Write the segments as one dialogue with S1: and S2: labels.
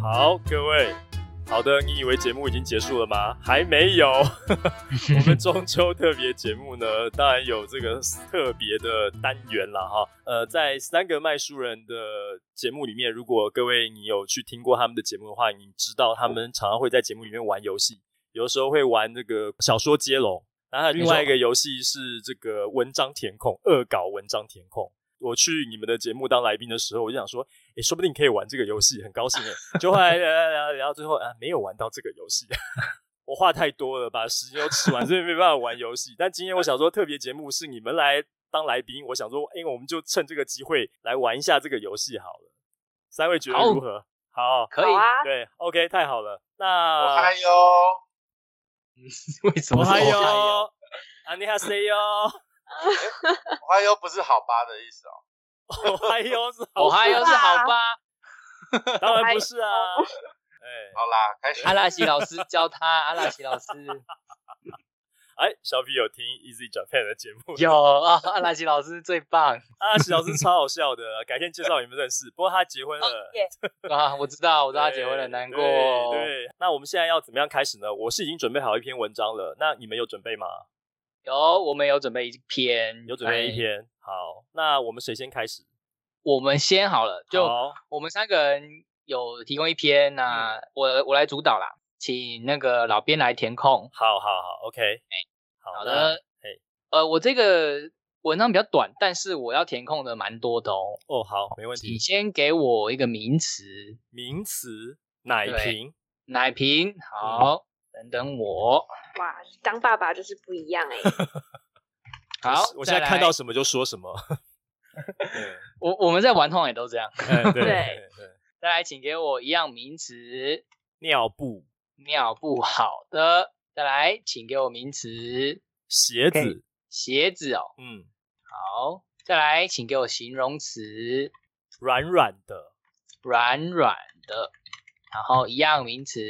S1: 好，各位，好的，你以为节目已经结束了吗？还没有。 我们中秋特别节目呢，当然有这个特别的单元了哈。呃，在三个卖书人的节目里面，如果各位你有去听过他们的节目的话，你知道他们常常会在节目里面玩游戏，有的时候会玩那个小说接龙，然后还有另外一个游戏是这个文章填空，恶搞文章填空。我去你们的节目当来宾的时候，我就想说，诶、说不定可以玩这个游戏，很高兴诶。就后来聊聊聊聊到最后啊，没有玩到这个游戏，我话太多了，把时间都吃完，所以没办法玩游戏。但今天我想说，特别节目是你们来当来宾，我想说，诶、我们就趁这个机会来玩一下这个游戏好了。三位觉得如何？好，
S2: 可以
S3: 好，啊，
S1: 对，OK，太好了。
S3: 我
S1: 那
S3: 嗨哟，
S2: 为什么
S1: 我啊
S2: 是
S1: 还
S2: 我
S1: 有
S2: 嗨哟，
S1: 안녕하세요，
S3: 我嗨哟不是好吧的意思哦。
S1: 我还有是
S2: 我
S1: 好
S2: 嗨哟是好吧？
S1: 当然不是啊。哎
S3: 好啦，开始。
S2: 阿拉西老师教他，阿拉西老师
S1: 哎，小 P 有听 Easy Japan 的节目，
S2: 有啊，阿拉西老师最棒
S1: 啊，史老师超好笑的，改天介绍你们认识。不过他结婚了，
S3: 耶
S2: 啊！我知道，我
S1: 我
S2: 知道他结婚了，难过。
S1: 对，对那我们现在要怎么样开始呢？我是已经准备好一篇文章了，那你们有准备吗？
S2: 有，我们有准备一篇，
S1: 有准备一
S2: 哎。
S1: 篇。好，那我们谁先开始？
S2: 我们先好了，就
S1: 好
S2: 我们三个人有提供一篇，那
S1: 嗯
S2: 我我来主导啦，请那个老编来填空。
S1: 好好好，OK，好
S2: 哎好的
S1: 嘿，
S2: 呃，我这个文章比较短，但是我要填空的蛮多的哦。
S1: 那哦，好，没问
S2: 请
S1: 题。
S2: 先给我一个名词，
S1: 名词奶瓶，
S2: 奶
S1: 嗯
S2: 瓶。好，等等我。
S4: 哇，当爸爸就是不一样哎、
S2: 好，
S1: 我现在
S2: 再来
S1: 看到什么就说什 么。对
S2: 我，我们在玩通也都这样。
S1: 哎对
S4: 对
S1: 对对，
S2: 再来，请给我一样名词，
S1: 尿布、
S2: 尿布。好的，再来，请给我名词，
S1: 鞋
S2: 可
S1: 子
S2: 以，鞋子哦。
S1: 嗯，
S2: 好，再来，请给我形容词，
S1: 软软的
S2: 软软的。然后一样名词，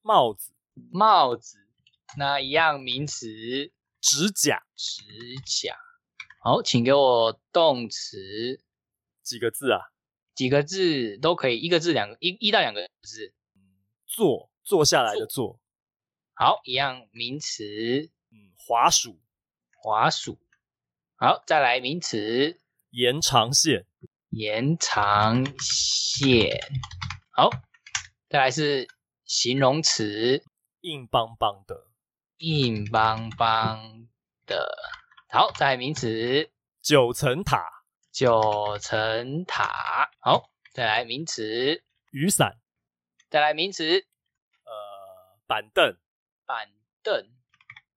S1: 帽子、
S2: 帽子。那一样名词，
S1: 指甲，
S2: 指甲。好，请给我动词，
S1: 几个字啊？
S2: 几个字都可以，一个字两个一一到两个字。
S1: 坐，坐下来的坐，
S2: 好，一样名词
S1: 嗯，滑鼠、
S2: 滑鼠。好，再来名词
S1: 延长线、
S2: 延长线。好，再来是形容词
S1: 硬邦邦的
S2: 硬邦邦的。好，再来名词
S1: 九层塔、
S2: 九层塔。好，再来名词，
S1: 雨伞、
S2: 再来名词
S1: 呃，板凳、
S2: 板凳。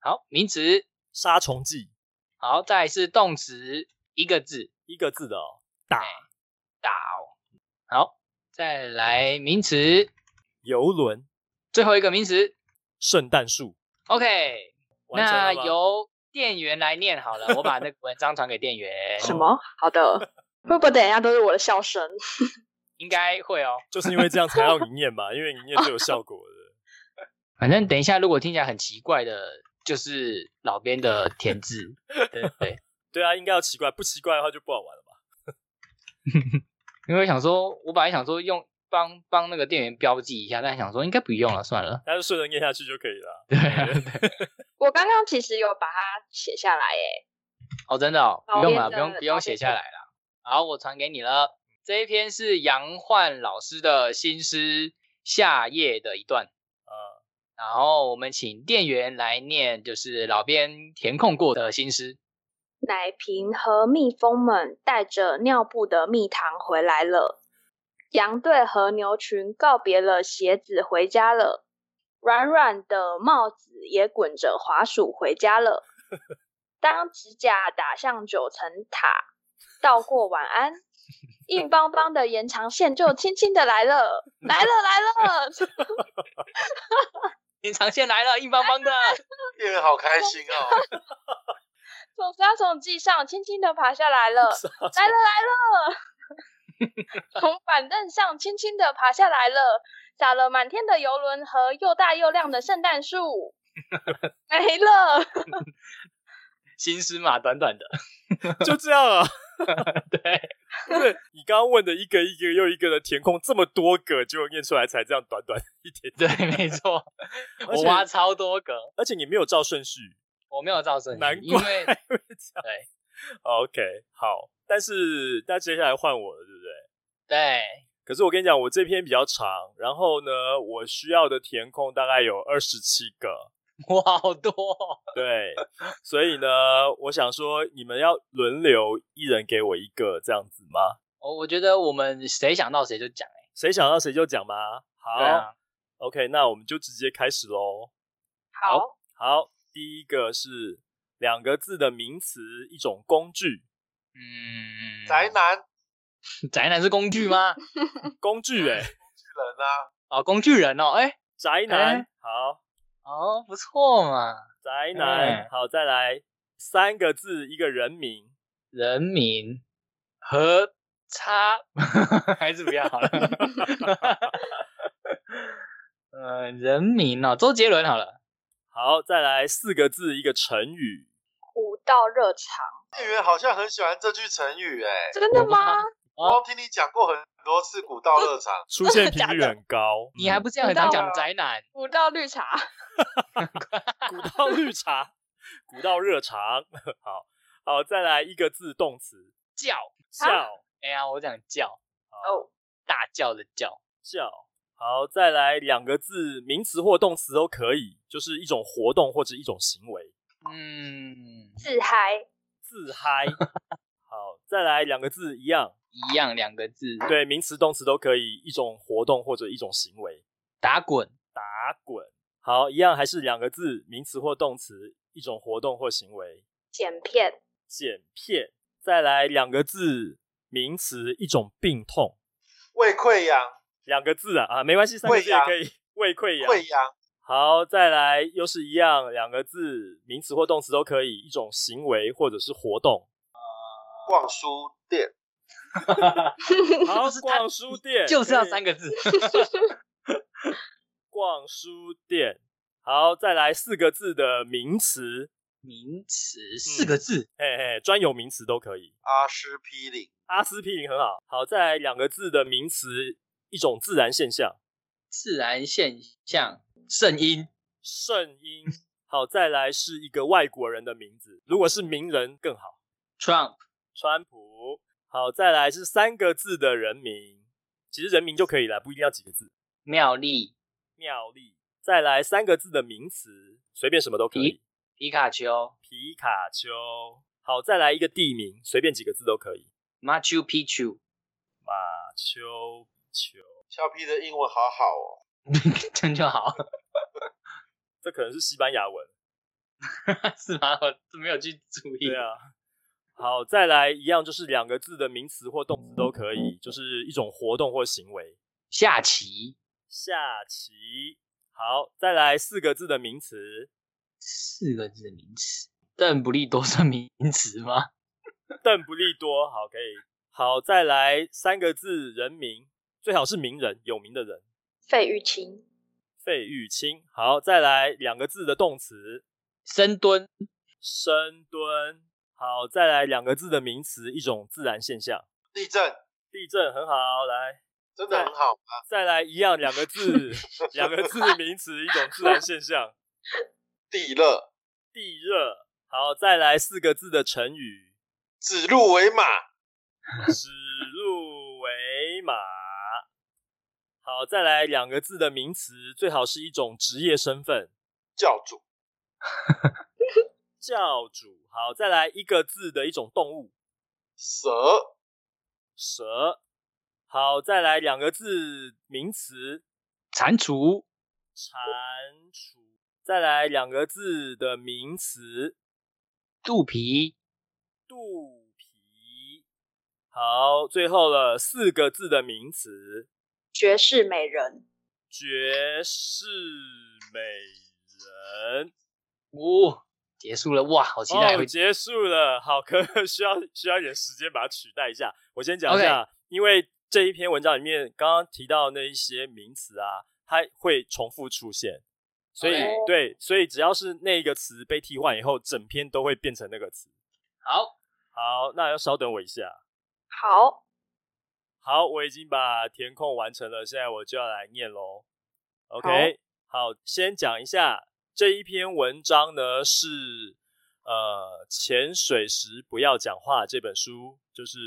S2: 好，名词
S1: 杀虫剂，
S2: 好，再来是动词，一个字
S1: 一个字的哦，打、
S2: 打哦。好，再来名词，
S1: 游轮、
S2: 最后一个名词。
S1: 圣诞树。
S2: OK，
S1: 完成
S2: 那
S1: 了吗
S2: 由店员来念好 了，我把那个文章传给店员，
S4: 什么？好 的，会不会等一下都是我的笑声？
S2: 应该会哦。
S1: 就是因为这样才要你念嘛，因为你念是有效果的。
S2: 反正等一下，如果听起来很奇怪的，就是老编的填 字，对对。
S1: 对啊，应该要奇怪，不奇怪的话就不好玩了吧？
S2: 因为想说，我本来想说用帮帮那个店员标记一下，但想说应该不用了，算了。
S1: 大家就顺着念下去就可以了。
S2: 对啊，
S4: 我刚刚其实有把它写下来哎、
S2: 哦，真的哦，
S4: 老
S2: 不用
S4: 编
S2: 了，不
S4: 的
S2: 用不用
S4: 老
S2: 写
S4: 编
S2: 下
S4: 的
S2: 来了。好，我传给你了。这一篇是杨焕老师的新诗《夏夜》的一段，
S1: 啊、
S2: 然后我们请店员来念，就是老编填空过的新诗。
S4: 奶瓶和蜜蜂们带着尿布的蜜糖回来了，羊队和牛群告别了鞋子回家了，软软的帽子也滚着滑鼠回家了。当指甲打向九层塔，道过晚安，硬邦邦的延长线就轻轻的来了，来了来了。
S2: 延长线来了，硬邦邦 的。
S3: 店员好开心哦，
S1: 嗯
S4: 从杀虫剂上轻轻的爬下 来了，
S1: 啊
S4: 来了 来了，从板凳上轻轻的爬下来了，洒了满天的游轮和又大又亮的圣 诞树，没了。
S2: 新诗嘛，短短的。
S1: 就这样啊。
S2: 对，
S1: 不是你刚刚问的一个一个又一个的填空，这么多个，结果念出来才这样短短一点点，
S2: 对，没 错，
S1: 而
S2: 我
S1: 且
S2: 挖超多个，
S1: 而且你没有照顺序，
S2: 我没有照顺序
S1: 难怪
S2: 因为
S1: 会这样
S2: 对
S1: OK，好，但是那接下来换我了，对不对？
S2: 对，
S1: 可是我跟你讲，我这篇比较长，然后呢，我需要的填空大概有二十七个，
S2: 我好多哦，
S1: 对，所以呢，我想说你们要轮流一人给我一个这样子吗？
S2: 我我觉得我们谁想到谁就讲，哎
S1: 谁想到谁就讲吗？好、
S2: 对啊，
S1: o k 那我们就直接开始喽。
S4: 好，
S1: 好，第一个是两个字的名词，一种工具，
S2: 嗯，
S3: 宅男
S2: 宅男是工具 吗？
S1: 工具哎、
S3: 巨人啊，
S2: 哦，工具人哦， 哎，
S1: 宅男，
S2: 哎
S1: 好，
S2: 哦，不错嘛，
S1: 宅男，
S2: 哎
S1: 好，再来三个字，一个人名，
S2: 人民和差 还是不要 好了，呃，人民哦，周杰伦好了，
S1: 好，再来四个字，一个成语。
S4: 古道热肠，
S3: 店员好像很喜欢这句成语哎、
S4: 真的
S2: 我。
S4: 吗？
S1: 啊
S3: 我光听你讲过很多次古道热肠，
S1: 出现频率很高
S2: 你还不这样
S4: 知
S2: 很常
S4: 道
S2: 讲
S4: 啊
S2: 宅男，
S4: 古道绿茶，
S1: 嗯古 道绿茶，古道热肠。好好，再来一个字动词，
S2: 叫，
S1: 嗯笑
S2: 哎呀，我讲叫，
S4: 哦，
S2: 大叫的叫，
S1: 笑。好，再来两个字名词或动词都可以，就是一种活动或者一种行为。
S2: 嗯，
S4: 自嗨，
S1: 自嗨。 好，再来两个字一样，
S2: 一样两个字，
S1: 对，名词动词都可以，一种活动或者一种行为。
S2: 打滚，
S1: 打滚。好，一样还是两个字，名词或动词，一种活动或行为。
S4: 剪片，
S1: 剪片，再来两个字名词，一种病痛，
S3: 胃溃疡，
S1: 两个字啊啊，没关系，三个字
S3: 溃
S1: 也
S3: 疡
S1: 可以。胃溃
S3: 溃
S1: 疡。
S3: 疡，
S1: 好，再来又是一样，两个字名词或动词都可以，一种行为或者是活动。
S3: 呃逛书 店，
S1: 好，
S2: 是它
S1: 逛书店，
S2: 就是
S1: 可
S2: 要
S1: 以
S2: 三个字，
S1: 逛书店。好，再来四个字的名词，
S2: 名词四个字，
S1: 嘿嘿，专有名词都可以。
S3: 阿司匹林，
S1: 阿司匹林很好。好，再来两个字的名词，一种自然现象，
S2: 自然现象，圣音，
S1: 圣婴。好，再来是一个外国人的名字，如果是名人更好，
S2: Trump，
S1: 川普。好，再来是三个字的人名，其实人名就可以了，不一定要几个字。
S2: 妙丽，
S1: 妙丽。再来三个字的名词，随便什么都可以
S2: 皮。皮卡丘
S1: 皮卡丘。好，再来一个地名，随便几个字都可以。
S2: ，Machu Picchu，
S1: 马丘丘，
S3: 小 P 的英文好好哦，
S2: 这样就好，
S1: 这可能是西班牙文。
S2: 是吗？我都没有去注意，
S1: 对啊。好，再来一样，就是两个字的名词或动词都可以，就是一种活动或行为。
S2: 下棋，
S1: 下棋。好，再来四个字的名词，
S2: 四个字的名词，邓不利多算名词吗？
S1: 邓布利多。好，可以。好，再来三个字人名，最好是名人，有名的人。
S4: 费玉清，
S1: 费玉清。好，再来两个字的动词，
S2: 深蹲，
S1: 深蹲。好，再来两个字的名词，一种自然现象。
S3: 地震
S1: 地震很好，来，
S3: 真的很好吗？
S1: 再来一样两个字，两个字名词，一种自然现象。
S3: 地热，
S1: 地热。好，再来四个字的成语，
S3: 指鹿为马，
S1: 指鹿为马。好，再来两个字的名词，最好是一种职业身份，
S3: 教主，
S1: 教主。好，再来一个字的一种动物，
S3: 蛇，
S1: 蛇。好，再来两个字名词，
S2: 蟾蜍，
S1: 蟾蜍。再来两个字的名词，
S2: 肚皮，
S1: 肚皮。好，最后了四个字的名词，
S4: 绝世美人，
S1: 绝世美人。
S2: 哦，结束了，哇，好期待
S1: 哦，
S2: 回
S1: 结束了。好，可能需要 需要一点时间把它取代一下。我先讲一下因为这一篇文章里面刚刚提到那一些名词啊，它会重复出现，所以
S2: OK
S1: 对，所以只要是那一个词被替换以后，整篇都会变成那个词。
S2: 好，
S1: 好，那要稍等我一下。
S4: 好，
S1: 好，我已经把填空完成了，现在我就要来念喽。OK，好先讲一下这一篇文章呢是呃《潜水时不要讲话》这本书，就是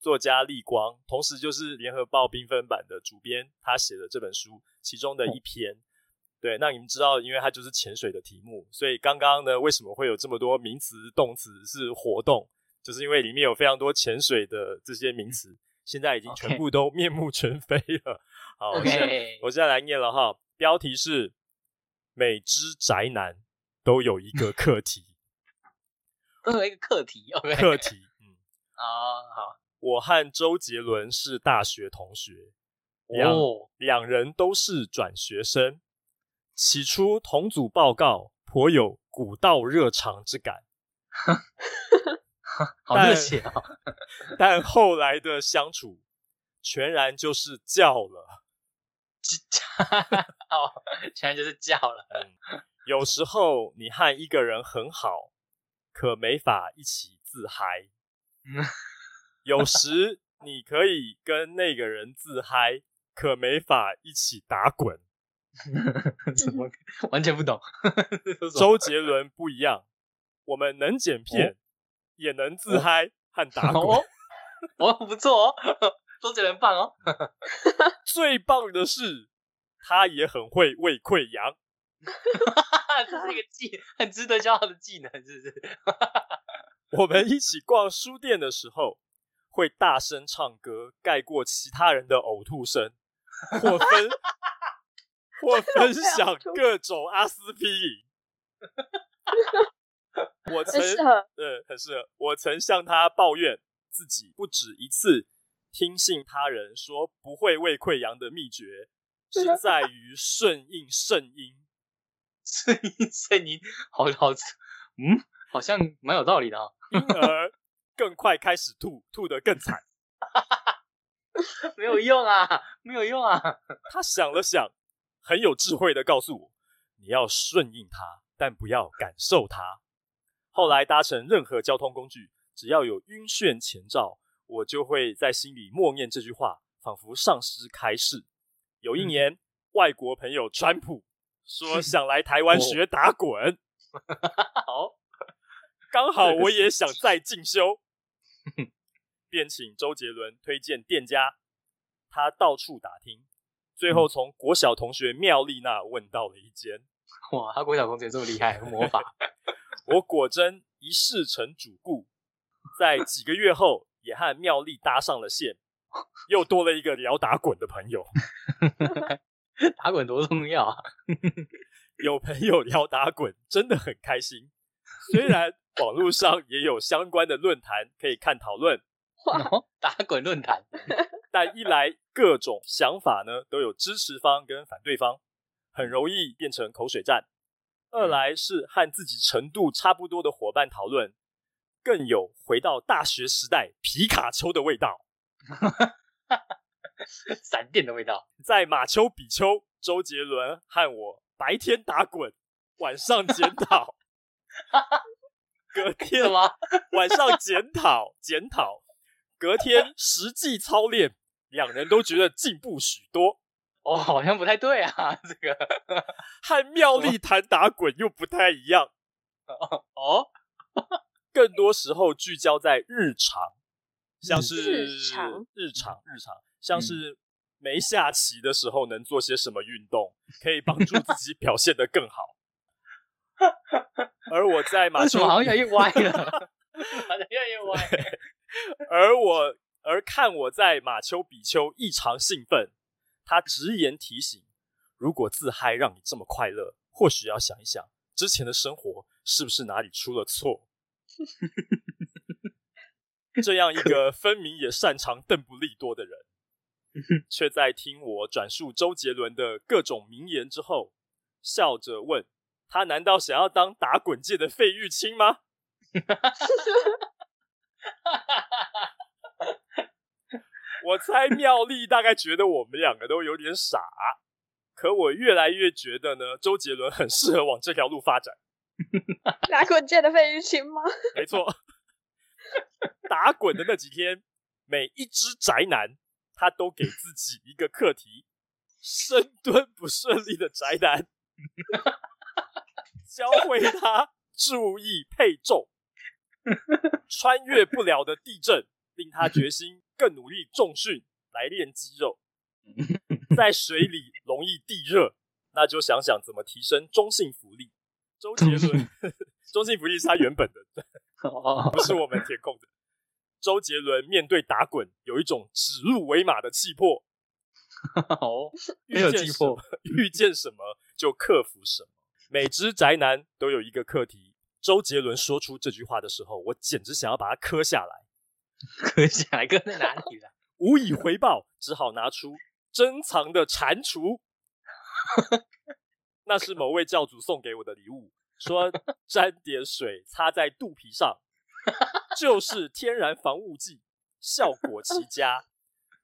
S1: 作家立光，同时就是联合报缤纷版的主编，他写的这本书其中的一篇。对，那你们知道，因为它就是潜水的题目，所以刚刚呢，为什么会有这么多名词、动词是活动，就是因为里面有非常多潜水的这些名词，现在已经全部都面目全非了。好，我现在
S2: OK，
S1: 我现在来念了哈，标题是“每只宅男都有一个课题
S2: 都有一个课题。” OK，
S1: 课题。嗯，
S2: 啊，好，
S1: 我和周杰伦是大学同学，两、
S2: 哦，
S1: 两人都是转学生。起初同组报告颇有古道热肠之感，
S2: 好热血哦。
S1: 但后来的相处全然就是叫了。
S2: 哦，现在就是叫了。
S1: 有时候你和一个人很好，可没法一起自嗨。
S2: 嗯
S1: 有时你可以跟那个人自嗨，可没法一起打滚。
S2: 怎么完全不懂？ 哦这是什 么
S1: 周杰伦不一样，我们能剪片，也能自嗨和打滚。
S2: 哦，哦，不错哦， 周杰伦棒哦。
S1: 最棒的是，他也很会胃溃疡。
S2: 这是一个技， 很值得骄傲的技能，是不是？
S1: 我们一起逛书店的时候，会大声唱歌，盖过其他人的呕吐声，或分或分享各种阿司匹林。我曾
S4: 很适合
S1: 呃很适合，我曾向他抱怨自己不止一次听信他人说不会胃溃疡的秘诀，是在于顺应肾阴。
S2: 声音声音好好，嗯，好像蛮有道理的哦。
S1: 因而更快开始吐，吐得更惨。
S2: 没有用啊，没有用啊。
S1: 他想了想，很有智慧的告诉我：你要顺应他，但不要感受他。后来搭乘任何交通工具，只要有晕眩前兆，我就会在心里默念这句话，仿佛上师开示。有一年，外国朋友川普说想来台湾学打滚，
S2: 好，
S1: 刚好我也想再进修，便请周杰伦推荐店家，他到处打听，最后从国小同学妙丽那问到了一间，
S2: 哇，他国小同学这么厉害，魔法。
S1: 我果真一试成主顾，在几个月后也和妙丽搭上了线，又多了一个聊打滚的朋友。
S2: 打滚多重要啊！
S1: 有朋友聊打滚，真的很开心。虽然网络上也有相关的论坛可以看讨论，
S4: 哇，
S2: 哦打滚论坛，
S1: 但一来各种想法呢都有支持方跟反对方，很容易变成口水战；二
S2: 嗯
S1: 来是和自己程度差不多的伙伴讨论，更有回到大学时代皮卡丘的味道。
S2: 闪电的味道。
S1: 在马丘比丘，周杰伦和我白天打滚，晚上检 讨，隔天
S2: 什么？
S1: 晚上检讨检讨，隔天实际操练，两人都觉得进步许多。
S2: 哦，好像不太对啊，这个。
S1: 和妙丽谈打滚又不太一样，
S2: 哦，
S1: 更多时候聚焦在日常，
S2: 嗯
S1: 像是
S4: 日常
S1: 日常日常像是没下棋的时候能做些什么运动，可以帮助自己表现得更 好。而我在马
S2: 为什
S1: 丘
S2: 么好像越来越歪了？ 好像越来越歪。
S1: 而我而看我在马丘比丘异常兴奋，他直言提醒：如果自嗨让你这么快乐，或许要想一想之前的生活是不是哪里出了错。 这样一个分明也擅长邓布利多的人，却在听我转述周杰伦的各种名言之后，笑着问：“他难道想要当打滚界的费玉清吗？” 我猜妙丽大概觉得我们两个都有点傻，可我越来越觉得呢，周杰伦很适合往这条路发展。
S4: 打滚界的费玉清吗？
S1: 没错，打滚的那几天，每一只宅男他都给自己一个课题：深蹲不顺利的宅男，教会他注意配重，穿越不了的地震，令他决心更努力重训来练肌 肉。在水里容易地热，那就想想怎么提升中性浮力。周杰
S2: 中
S1: 伦
S2: 性，
S1: 中性浮力是他原本的，
S2: 哦，
S1: 不是我们填空的。周杰伦面对打滚，有一种指鹿为马的气魄，
S2: 哦，
S1: 遇
S2: 没有
S1: 见
S2: 气
S1: 什么
S2: 魄，
S1: 遇见什么就克服什么。每只宅男都有一个课题。周杰伦说出这句话的时候，我简直想要把它刻下来，
S2: 可以下来搁在哪里了？
S1: 无以回报，只好拿出珍藏的蟾蜍，那是某位教主送给我的礼物，说沾点水擦在肚皮上，就是天然防雾剂，效果奇佳。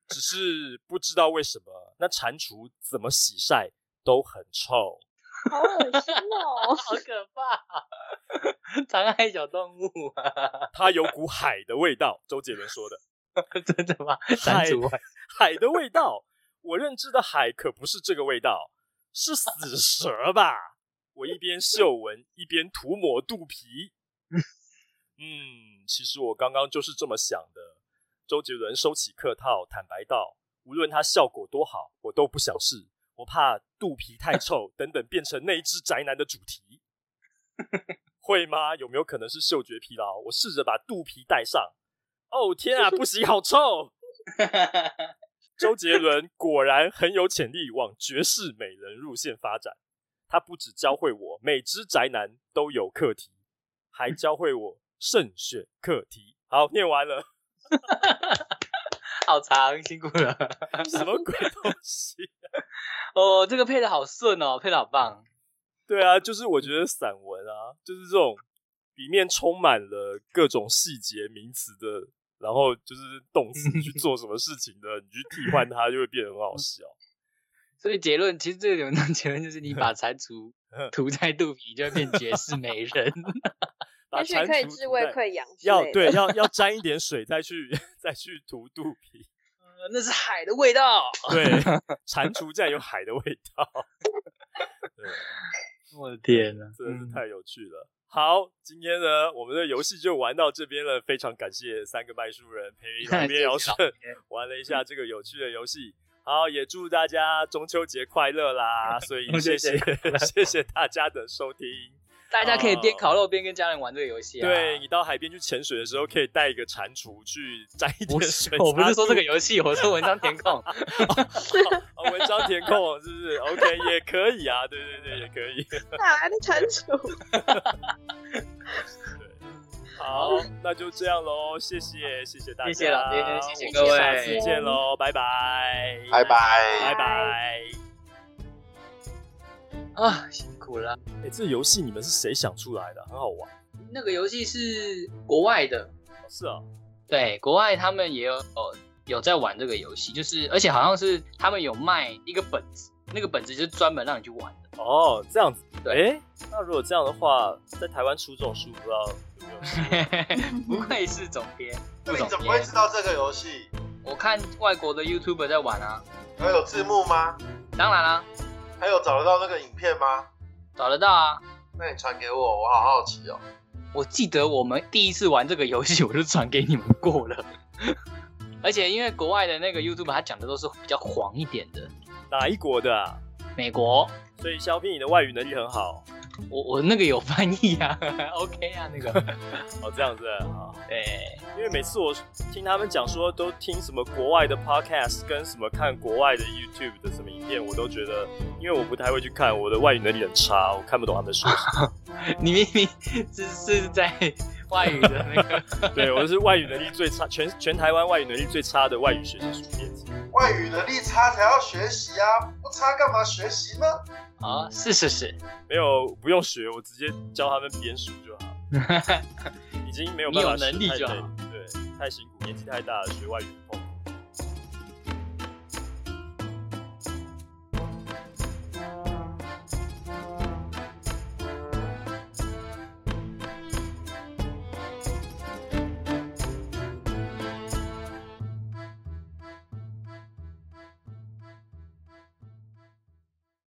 S1: 只是不知道为什么，那蟾蜍怎么洗晒都很臭。
S4: 好恶心哦！
S2: 好可怕！ 常爱小动物啊，
S1: 它有股海的味道，周杰伦说的
S2: 真的吗？删除啊
S1: 海的味道。我认知的海可不是这个味道，是死蛇吧？我一边嗅闻，一边涂抹肚皮。嗯，其实我刚刚就是这么想的。周杰伦收起客套，坦白道：无论它效果多好，我都不想试，我怕肚皮太臭等等，变成那一只宅男的主题。会吗？有没有可能是嗅觉疲劳？我试着把肚皮戴上。哦天啊，不行，好臭！周杰伦果然很有潜力往绝世美人路线发展。他不只教会我每只宅男都有课题，还教会我慎选课题。好，念完 了，
S2: 好长，辛苦了。
S1: 什么鬼东西？
S2: 哦，这个配的好顺哦，配的好棒。
S1: 对啊，就是我觉得散文啊，就是这种里面充满了各种细节名词的，然后就是动词去做什么事情的，你去替换它就会变得很好 笑。
S2: 所以结论，其实这个文章结论就是，你把 蟾蜍涂在肚皮，就会变绝世美 人。
S1: 把
S4: 也许可以
S1: 蟾蜍
S4: 治
S1: 涂
S4: 胃
S1: 在
S4: 溃疡之
S1: 要
S4: 类 的，
S1: 对要要沾一点水再去再去涂肚 皮。
S2: 呃那是海的味道。
S1: 对，蟾蜍竟然有海的味道，对，
S2: 我的天啊呐，
S1: 真的是太有趣了。好，今天呢，我们的游戏就玩到这边了。非常感谢三个卖书人 陪旁边姚顺 玩了一下这个有趣的游戏。好，也祝大家中秋节快乐啦！所以
S2: 中
S1: 谢
S2: 秋节
S1: 谢谢谢大家的收听。
S2: 大家可以边烤肉边跟家人玩这个游戏啊。
S1: 对你到海边去潜水的时候，可以带一个蟾蜍去沾一点
S2: 不
S1: 水
S2: 是，。我不是说这
S1: 个。
S2: 个 游戏，我说文章填空。
S1: 哦，文章填空是不是？OK，也可以啊，对对对，也可以。
S4: 哪来的蟾蜍？
S1: 好，那就这样喽，谢谢，谢谢大家，
S2: 谢谢老爹谢谢
S1: 我们
S4: 各位
S1: 下次见喽，拜拜，
S3: 拜拜。
S1: 拜拜。
S2: 啊，辛苦了。
S1: 哎，这游戏你们是谁想出来的？很好玩。
S2: 那个游戏是国外的，
S1: 哦是啊，
S2: 对，国外他们也有哦有在玩这个游戏，就是而且好像是他们有卖一个本子，那个本子就是专门让你去玩的。
S1: 哦，这样子。
S2: 对
S1: 哎，那如果这样的话，在台湾出这种书，不知道有没有戏？
S2: 不愧是总编，副
S3: 对，
S2: 总
S3: 你怎么会
S2: 编
S3: 知。道这个游戏？
S2: 我看外国的 YouTuber 在玩啊，
S3: 还有字幕吗？
S2: 当然啦、
S3: 还有找得到那个影片吗？
S2: 找得到啊。
S3: 那你传给我，我好好奇哦。
S2: 我记得我们第一次玩这个游戏，我就传给你们过了。 而且因为国外的那个 YouTube 他讲的都是比较黄一点的，
S1: 哪一国的啊？
S2: 美国，
S1: 所以肖斌，你的外语能力很好。
S2: 我我那个有翻译啊 ，OK 啊那个，
S1: 哦，这样子啊。
S2: 对，
S1: 因为每次我听他们讲说，都听什么国外的 podcast 跟什么看国外的 YouTube 的什么影片，我都觉得，因为我不太会去看，我的外语能力很差，我看不懂他们说什
S2: 你明明是是在外语的那个，
S1: 么。对，我是外语能力最差，全全台湾外语能力最差的外语学习书编辑。
S3: 外语能力差才要学习啊，不差干嘛学习呢？
S2: 啊、是是是，
S1: 没有，不用学，我直接教他们编书就好，已经没有办法
S2: 你有能力
S1: 学太
S2: 就
S1: 累
S2: 好
S1: 对，太辛苦，年纪太大了，学外语很痛苦。